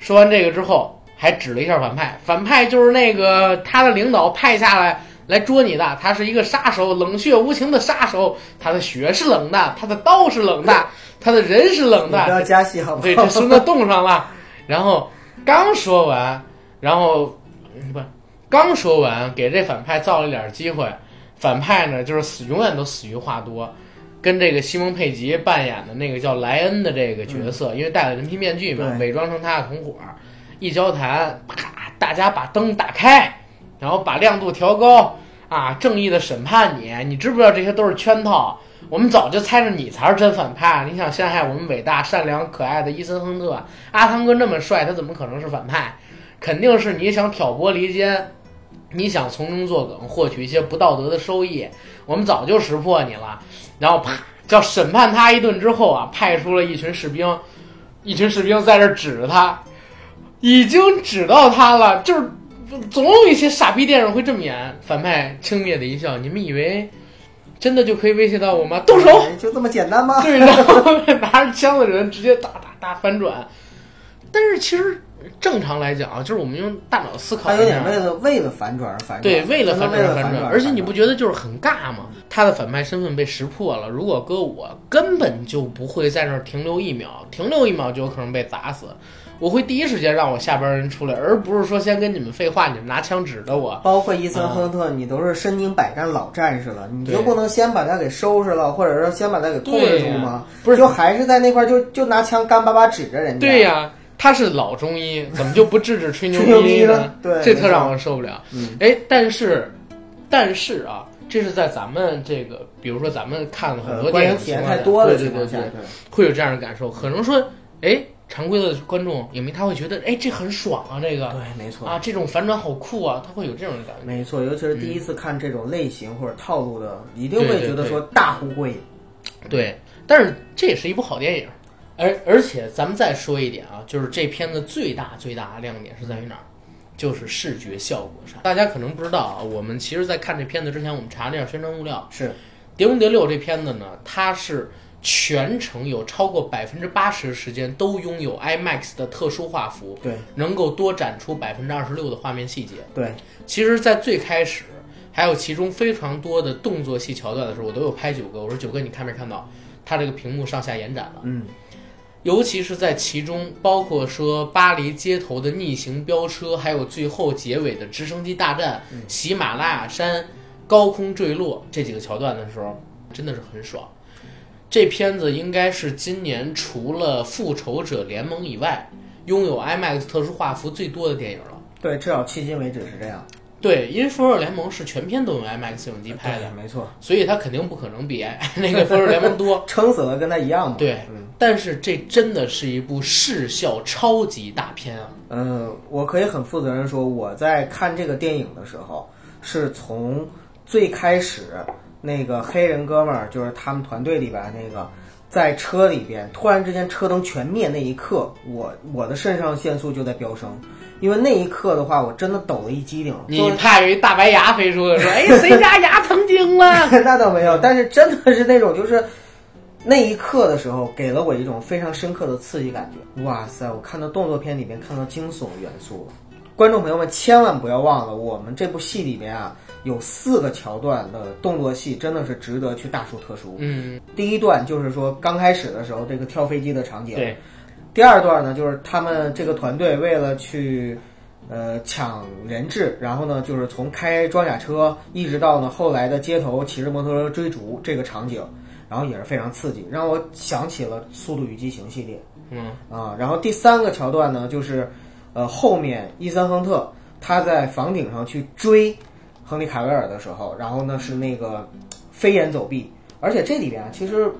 说完这个之后，还指了一下反派，反派就是那个他的领导派下来来捉你的，他是一个杀手，冷血无情的杀手，他的血是冷的，他的刀是冷的，他的人是冷
你
的
不，要加戏好不
对，
好
这？孙子冻上了。然后刚说完，然后嗯不是刚说完，给这反派造了点机会。反派呢，就是死永远都死于话多，跟这个西蒙佩吉扮演的那个叫莱恩的这个角色，因为戴了人皮面具嘛，
对
伪装成他的同伙，一交谈，啪，大家把灯打开，然后把亮度调高啊，正义的审判你，你知不知道这些都是圈套？我们早就猜着你才是真反派，啊你想陷害我们伟大、善良、可爱的伊森亨特，阿汤哥那么帅，他怎么可能是反派？肯定是你想挑拨离间，你想从中作梗，获取一些不道德的收益。我们早就识破你了，然后啪，叫审判他一顿之后啊，派出了一群士兵，一群士兵在这儿指着他，已经指到他了，就是总有一些傻逼电影会这么演。反派轻蔑的一笑，你们以为真的就可以威胁到我吗？动手！
哎 就这么简单 吗？
对，然后拿着枪的人直接哒哒哒翻转。但是其实正常来讲啊，就是我们用大脑思考
他
一下，
有点为了为了反转而反转，
对，为了
真
反
的为
转
了
而
反
反
转，
而且你不觉得就是很尬吗？他的反派身份被识破了，如果搁我，根本就不会在那儿停留一秒，停留一秒就有可能被砸死。我会第一时间让我下边人出来，而不是说先跟你们废话，你们拿枪指着我。
包括伊森亨特，你都是身经百战老战士了，你就
嗯对
不能先把他给收拾了，或者说先把他给控制住吗？
不是
就还是在那块儿就就拿枪干巴巴指着人家？
对、呀、他是老中医，怎么就不治治吹牛
吹牛
逼
逼呢对
这
没
特让
错
我受不了。
嗯，
哎，但是，但是啊，这是在咱们这个，比如说咱们看了很
呃，
多
观
电影的
影体
情
验
况
太
下
多的
对
情
对
况下，
对
对
对，会有这样的感受。可能说，哎，常规的观众影迷他会觉得，哎，这很爽啊，这个
对没错。
啊，这种反转好酷啊，他会有这种感觉。
没错，尤其是第一次看这种类型或者套路的，一定会
对对
觉得
对
说大呼过瘾。
对，但是这也是一部好电影。而而且咱们再说一点啊，就是这片子最大最大的亮点是在于哪儿？就是视觉效果上。大家可能不知道啊，我们其实，在看这片子之前，我们查了一下宣传物料，
是，
《碟中谍六》这片子呢，它是全程有超过百分之八十时间都拥有 IMAX 的特殊画幅，
对
能够多展出百分之二十六的画面细节。
对，
其实，在最开始，还有其中非常多的动作戏桥段的时候，我都有拍九哥，我说九哥，你看没看到他这个屏幕上下延展了？
嗯，
尤其是在其中，包括说巴黎街头的逆行飙车，还有最后结尾的直升机大战、喜马拉雅山高空坠落这几个桥段的时候，真的是很爽。这片子应该是今年除了《复仇者联盟》以外，拥有 IMAX 特殊画幅最多的电影了。
对，至少迄今为止是这样。
对，因为《复仇者联盟》是全片都用 IMAX 影机拍
对
的，
没错，
所以它肯定不可能比 那个《复仇者联盟》多。
撑死了跟他一样嘛。
对
嗯，
但是这真的是一部视效超级大片啊！
嗯，我可以很负责任说，我在看这个电影的时候，是从最开始那个黑人哥们儿，就是他们团队里边那个，在车里边突然之间车灯全灭那一刻，我我的肾上腺素就在飙升，因为那一刻的话，我真的抖了一激灵。
你怕有一大白牙 飞出来说：“哎，谁家牙成精了
那倒没有，但是真的是那种就是那一刻的时候，给了我一种非常深刻的刺激感觉。哇塞，我看到动作片里面看到惊悚元素了。观众朋友们，千万不要忘了，我们这部戏里面啊，有四个桥段的动作戏，真的是值得去大书特书。
嗯，
第一段就是说刚开始的时候，这个跳飞机的场景。
对，
第二段呢，就是他们这个团队为了去，呃，抢人质，然后呢，就是从开装甲车一直到呢后来的街头骑着摩托车追逐这个场景，然后也是非常刺激，让我想起了《速度与激情》系列
嗯，
啊。然后第三个桥段呢，就是，呃，后面伊森亨特他在房顶上去追亨利卡维尔的时候，然后呢是那个飞檐走壁，而且这里边啊，其实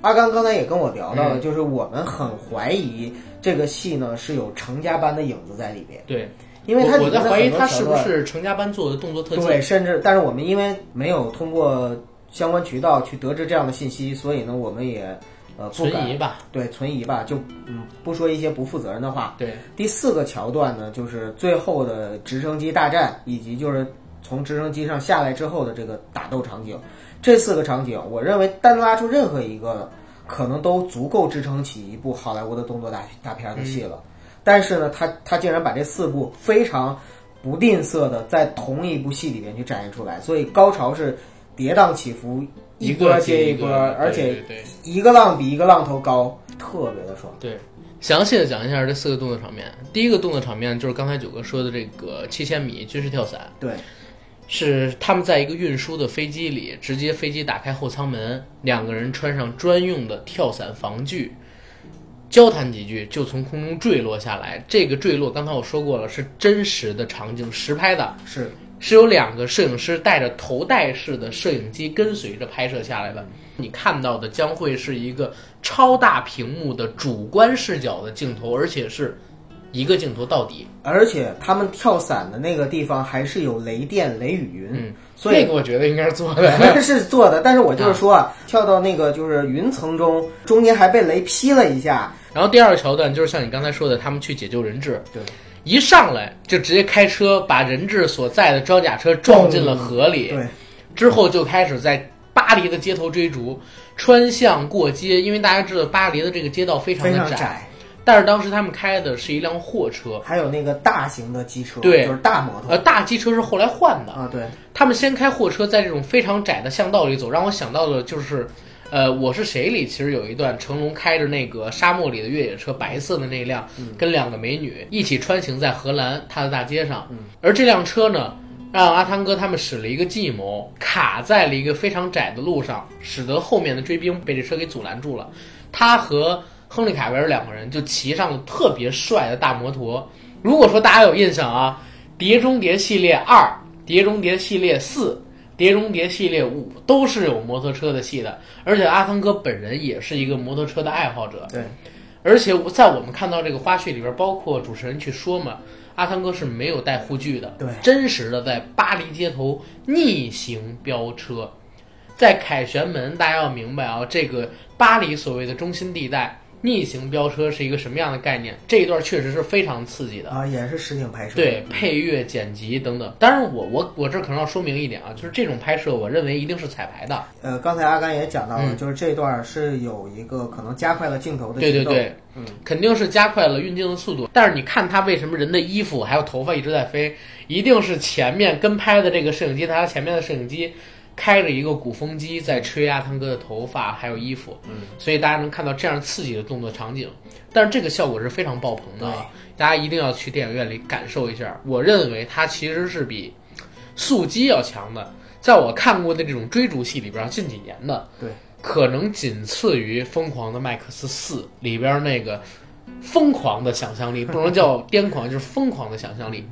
阿甘刚才也跟我聊
嗯
到了，就是我们很怀疑这个戏呢是有成家班的影子在里边，
对，
因为它
我
里
我
面
在
的
怀疑
很多
他是
桥
不
段
是成家班做的动作特技。
对，甚至但是我们因为没有通过相关渠道去得知这样的信息，所以呢，我们也呃不
存
敢
疑吧，
对存疑吧，就嗯不说一些不负责任的话。
对，
第四个桥段呢，就是最后的直升机大战，以及就是从直升机上下来之后的这个打斗场景。这四个场景，我认为单拉出任何一个，可能都足够支撑起一部好莱坞的动作大大片的戏
嗯
了。但是呢，他他竟然把这四部非常不吝啬的在同一部戏里面去展现出来，所以高潮是跌宕起伏，一波
个
接
一
一波，而且
对对对
一个浪比一个浪头高，特别的爽。
对，详细的讲一下这四个动作场面。第一个动作场面就是刚才九哥说的这个七千米军事跳伞，
对，
是他们在一个运输的飞机里，直接飞机打开后舱门，两个人穿上专用的跳伞防具，交谈几句就从空中坠落下来。这个坠落，刚才我说过了，是真实的场景实拍的，
是
是有两个摄影师带着头戴式的摄影机跟随着拍摄下来的。你看到的将会是一个超大屏幕的主观视角的镜头，而且是一个镜头到底。
而且他们跳伞的那个地方还是有雷电、雷雨云，
嗯
所以
那个我觉得应该是做的。
是做的。但是我就是说啊，跳到那个就是云层中，中间还被雷劈了一下。
然后第二个桥段就是像你刚才说的，他们去解救人质，
对，
一上来就直接开车把人质所在的装甲车撞进了河里，
对，
之后就开始在巴黎的街头追逐，穿巷过街，因为大家知道巴黎的这个街道非常
非
的
常
窄，
窄。
但是当时他们开的是一辆货车，
还有那个大型的机车，
对
就是大摩
呃，
托
大机车是后来换的，
啊，对，
他们先开货车在这种非常窄的巷道里走，让我想到了就是。呃，我是谁里其实有一段成龙开着那个沙漠里的越野车，白色的那辆，跟两个美女一起穿行在荷兰他的大街上。而这辆车呢，让阿汤哥他们使了一个计谋，卡在了一个非常窄的路上，使得后面的追兵被这车给阻拦住了。他和亨利·卡维尔两个人就骑上了特别帅的大摩托。如果说大家有印象啊，《碟中谍》系列二、《碟中谍》系列四、《碟中谍》系列五都是有摩托车的戏的，而且阿汤哥本人也是一个摩托车的爱好者。
对，
而且我在我们看到这个花絮里边，包括主持人去说嘛，阿汤哥是没有带护具的，
对
真实的在巴黎街头逆行飙车，在凯旋门，大家要明白啊，这个巴黎所谓的中心地带。逆行飙车是一个什么样的概念？这一段确实是非常刺激的。
啊，也是实景拍摄，，
对配乐、剪辑等等。当然我，我我这儿可能要说明一点啊，就是这种拍摄，我认为一定是彩排的。
呃，刚才阿甘也讲到了，就是这段是有一个可能加快了镜头
嗯
的
对对
节奏，
对，
嗯，
肯定是加快了运镜的速度。但是你看他为什么人的衣服还有头发一直在飞，一定是前面跟拍的这个摄影机，他前面的摄影机开着一个鼓风机在吹啊阿汤哥的头发还有衣服，嗯，所以大家能看到这样刺激的动作场景。但是这个效果是非常爆棚的
嗯
啊，大家一定要去电影院里感受一下。我认为它其实是比速激要强的，在我看过的这种追逐戏里边，近几年的
对
可能仅次于《疯狂的麦克斯四》里边那个疯狂的想象力，不能叫癫狂，就是疯狂的想象力。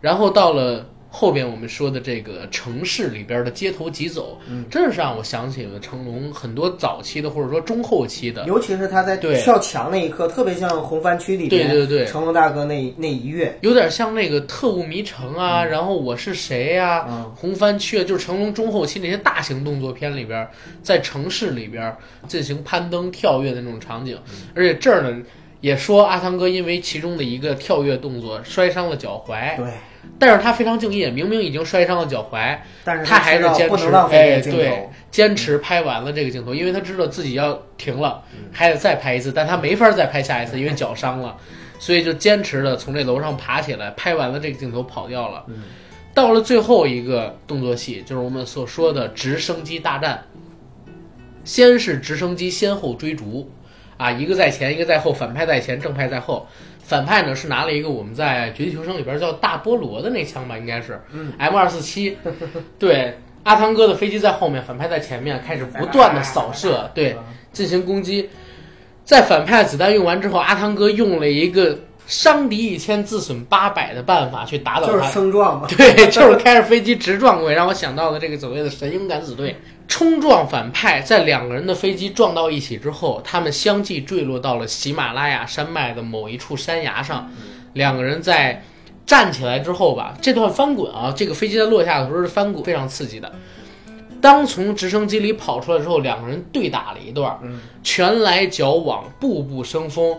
然后到了后边我们说的这个城市里边的街头疾走，真是让我想起了成龙很多早期的或者说中后期的，
尤其是他在
对
跳墙那一刻，特别像红番区里
对
面
对对
成龙大哥那那一跃，
有点像那个《特务迷城》啊，然后《我是谁》呀，《
嗯
红番区》啊，就是成龙中后期那些大型动作片里边，在城市里边进行攀登、跳跃的那种场景。而且这儿呢，也说阿汤哥因为其中的一个跳跃动作摔伤了脚踝，
对，
但是他非常敬业，明明已经摔伤了脚踝，
但是
他还
知
是
道
坚
不
持
能，浪
哎，
费这个镜
对
头，，
坚持拍完了这个镜头，因为他知道自己要停了，
嗯
还得再拍一次，但他没法再拍下一次，因为脚伤了，所以就坚持的从这楼上爬起来，拍完了这个镜头跑掉了。
嗯
到了最后一个动作戏，就是我们所说的直升机大战，先是直升机先后追逐，啊，一个在前，一个在后，反派在前，正派在后。反派呢是拿了一个我们在《绝地求生》里边叫大菠萝的那枪吧，应该是，
嗯
，M 二四七，对，阿汤哥的飞机在后面，反派在前面，开始不断的扫射，对，
啊
进行攻击。在反派子弹用完之后，阿汤哥用了一个伤敌一千自损八百的办法去打倒
就是
他，
升撞嘛， 嗯
对，就是开着飞机直撞过去，让我想到了这个所谓的神鹰敢死队冲撞反派，在两个人的飞机撞到一起之后，他们相继坠落到了喜马拉雅山脉的某一处山崖上，两个人在站起来之后吧，这段翻滚啊，这个飞机在落下的时候是翻滚，非常刺激的。当从直升机里跑出来之后，两个人对打了一段，
嗯
拳来脚往，步步生风。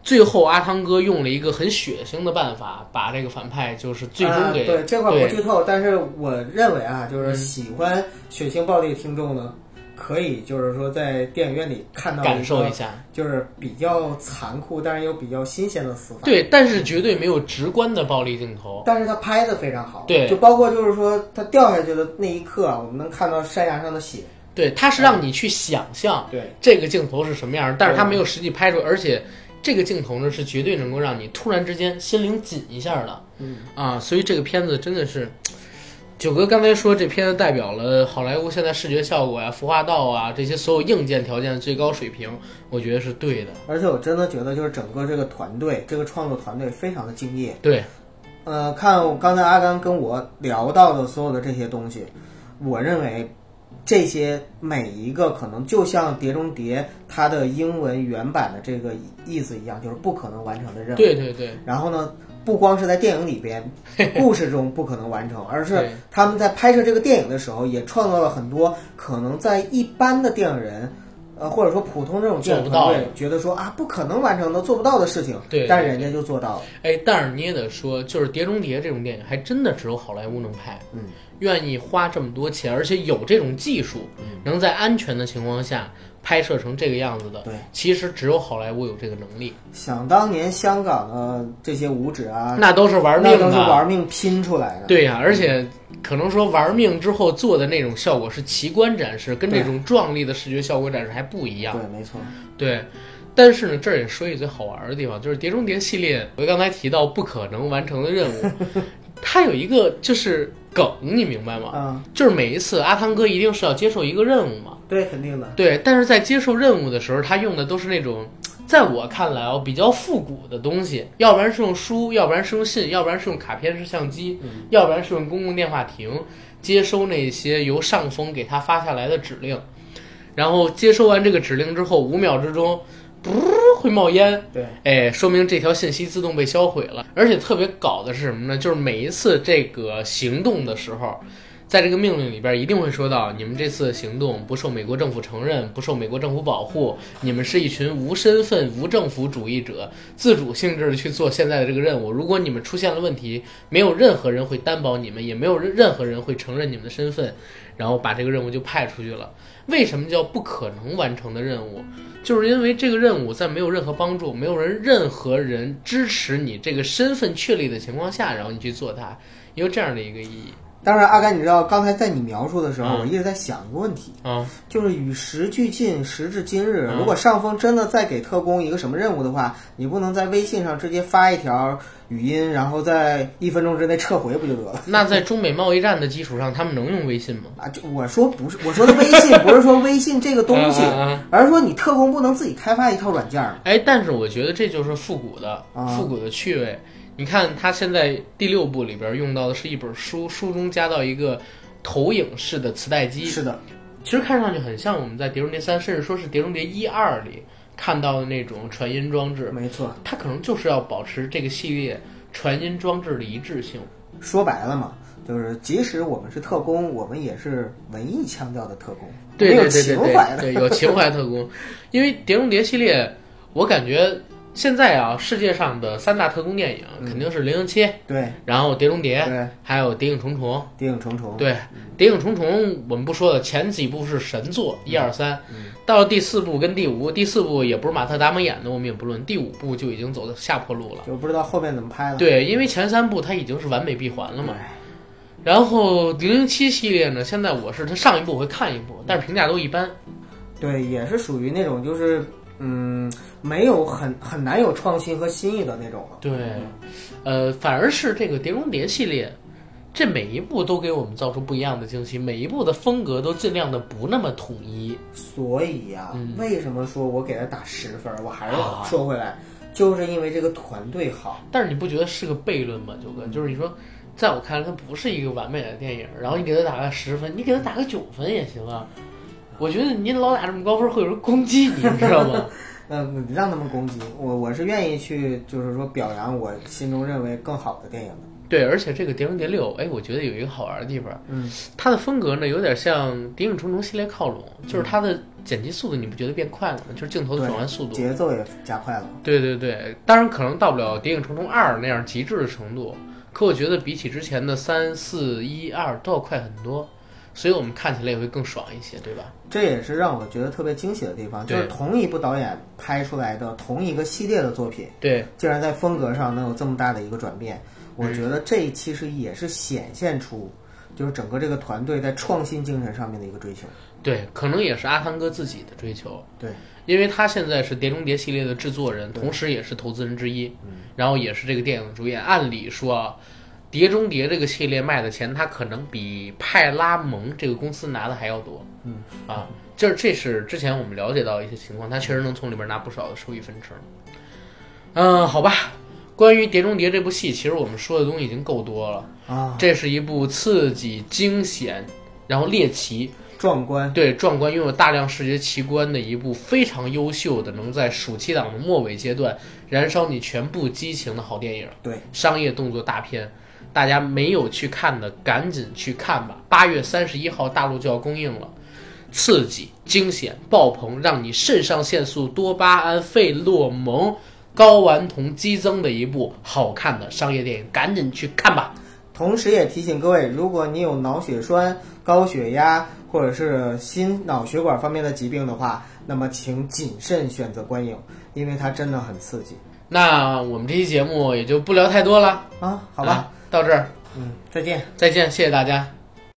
最后，阿汤哥用了一个很血腥的办法，把这个反派就是最终
啊
给、
对这块不
对
剧透，但是我认为啊，就是
嗯
喜欢血腥暴力的听众呢，可以就是说在电影院里看到
感受
一
一
个
下。
就是比较残酷，但是又比较新鲜的死法。
对，但
嗯
是绝对没有直观的暴力镜头。
但是他拍的非常好，
对
就包括就是说他掉下去的那一刻啊，我们能看到山崖上的血，
对，它
嗯
是让你去想象
对，
这个镜头是什么样儿，但是它
对
没有实际拍出来，而且这个镜头呢是绝对能够让你突然之间心灵紧一下的。
嗯
啊，所以这个片子真的是。九哥刚才说，这片子代表了好莱坞现在视觉效果呀、服化道啊这些所有硬件条件的最高水平，我觉得是对的。
而且我真的觉得就是整个这个团队，这个创作团队非常的敬业。
对，
呃，看我刚才阿甘跟我聊到的所有的这些东西，我认为这些每一个可能就像《碟中谍》它的英文原版的这个意思一样，就是不可能完成的任务。
对对对，
然后呢，不光是在电影里 边，故事中不可能完成，而是
对
他们在拍摄这个电影的时候，也创造了很多可能在一般的电影人，呃，或者说普通这种电影
做不到
团
的
队觉得说啊，不可能完成的、做不到的事情，
对
但
对
人家就做到了。
哎，但是你也得说，就是《碟中谍》这种电影，还真的只有好莱坞能拍，
嗯，
愿意花这么多钱，而且有这种技术，
嗯
能在安全的情况下拍摄成这个样子的，
对，
其实只有好莱坞有这个能力，
想当年香港的这些武指啊，
那都是玩命
那都是
的，
玩命拼出来的。嗯
对呀、而且可能说玩命之后做的那种效果是奇观展示，跟这
对
种壮丽的视觉效果展示还不一样，
对，没错。
对，但是呢，这儿也说一嘴好玩儿的地方，就是《碟中谍》系列，我刚才提到不可能完成的任务，它有一个就是梗，你明白吗？
嗯，
就是每一次阿汤哥一定是要接受一个任务嘛，
对，肯定的。
对，但是在接受任务的时候，他用的都是那种。在我看来哦，比较复古的东西，要不然是用书，要不然是用信，要不然是用卡片式相机，
嗯
要不然是用公共电话亭接收那些由上峰给他发下来的指令，然后接收完这个指令之后，五秒之中，噗会冒烟，
对，
哎，说明这条信息自动被销毁了。而且特别搞的是什么呢？就是每一次这个行动的时候。在这个命令里边，一定会说到你们这次行动不受美国政府承认，不受美国政府保护，你们是一群无身份、无政府主义者，自主性质的去做现在的这个任务。如果你们出现了问题，没有任何人会担保你们，也没有任任何人会承认你们的身份，然后把这个任务就派出去了。为什么叫不可能完成的任务？就是因为这个任务在没有任何帮助、没有人任何人支持你这个身份确立的情况下，然后你去做它，也有这样的一个意义
当然，阿甘，你知道刚才在你描述的时候，
嗯
我一直在想一个问题，
啊。
就是与时俱进，时至今日，
嗯
如果上峰真的再给特工一个什么任务的话，你不能在微信上直接发一条语音，然后在一分钟之内撤回不就得了？
那在中美贸易战的基础上，他们能用微信吗？
啊，就我说不是，我说的微 信不是说微信这个东西
啊啊啊，
而是说你特工不能自己开发一套软件儿吗？
哎，但是我觉得这就是复古的、
啊
复古的趣味。你看他现在第六部里边用到的是一本书，书中加到一个投影式的磁带机，
是的，
其实看上去很像我们在《碟中谍三》，甚至说是《碟中谍一二》里看到的那种传音装置。
没错。
它可能就是要保持这个系列传音装置的一致性。
说白了嘛，就是即使我们是特工，我们也是文艺腔调的特工，
对
没
对
有
对对
情怀 的。
对，对有情怀特工。因为《碟中谍》系列，我感觉现在啊，世界上的三大特工电影肯定是《零零七》，
对
然后《碟中谍》，
对，
还有《谍影重重》。
谍影重重，
对，《谍影重重》我们不说了，前几部是神作，一二三，到了第四部跟第五部，第四部也不是马特·达蒙演的，我们也不论，第五部就已经走到下坡路了。
就不知道后面怎么拍了。哎
对，因为前三部它已经是完美闭环了嘛。然后《零零七》系列呢，现在我是它上一部我会看一部，但是评价都一般。
对，也是属于那种就是嗯，没有很很难有创新和新意的那种了。
对，呃，反而是这个《碟中谍》系列，这每一部都给我们造出不一样的惊喜，每一部的风格都尽量的不那么统一。
所以呀、
嗯
为什么说我给他打十分儿？我还是
啊
说回来，就是因为这个团队好。
但是你不觉得是个悖论吗？九哥，就是你说，在我看来，它不是一个完美的电影。然后你给它打个十分，你给它打个九分也行啊。我觉得您老打这么高分，会有人攻击你，你知道吗？
呃，让他们攻击我，我是愿意去，就是说表扬我心中认为更好的电影的。
对，而且这个《碟中谍六》，哎，我觉得有一个好玩的地方，
嗯，
它的风格呢有点向《谍影重重》系列靠拢，就是它的剪辑速度，你不觉得变快了吗？就是镜头的转换速度。
节奏也加快了。
对对对，当然可能到不了《谍影重重二》那样极致的程度，可我觉得比起之前的三四一二都要快很多，所以我们看起来也会更爽一些，对吧？
这也是让我觉得特别惊喜的地方，就是
对
同一部导演拍出来的同一个系列的作品，
对，
竟然在风格上能有这么大的一个转变。我觉得这其实也是显现出，就是整个这个团队在创新精神上面的一个追求。
对，可能也是阿汤哥自己的追求，
对，
因为他现在是《碟中谍》系列的制作人，同时也是投资人之一，
嗯
然后也是这个电影的主演。按理说啊，《碟中谍》这个系列卖的钱，他可能比派拉蒙这个公司拿的还要多。
嗯，
啊，就是这是之前我们了解到一些情况，他确实能从里边拿不少的收益分成。嗯，好吧。关于《碟中谍》这部戏，其实我们说的东西已经够多了。
啊，
这是一部刺激、惊险，然后猎奇，
壮观！
对壮观拥有大量视觉奇观的一部非常优秀的，能在暑期档的末尾阶段燃烧你全部激情的好电影，
对，
商业动作大片。大家没有去看的，赶紧去看吧！八月三十一号大陆就要公映了，刺激、惊险、爆棚，让你肾上腺素、多巴胺、费洛蒙、睾丸酮激增的一部好看的商业电影，赶紧去看吧！
同时也提醒各位，如果你有脑血栓、高血压或者是心脑血管方面的疾病的话，那么请谨慎选择观影，因为它真的很刺激
那我们这期节目也就不聊太多了，
啊！好吧，
啊，到这儿
嗯，再见。
再见，谢谢大家。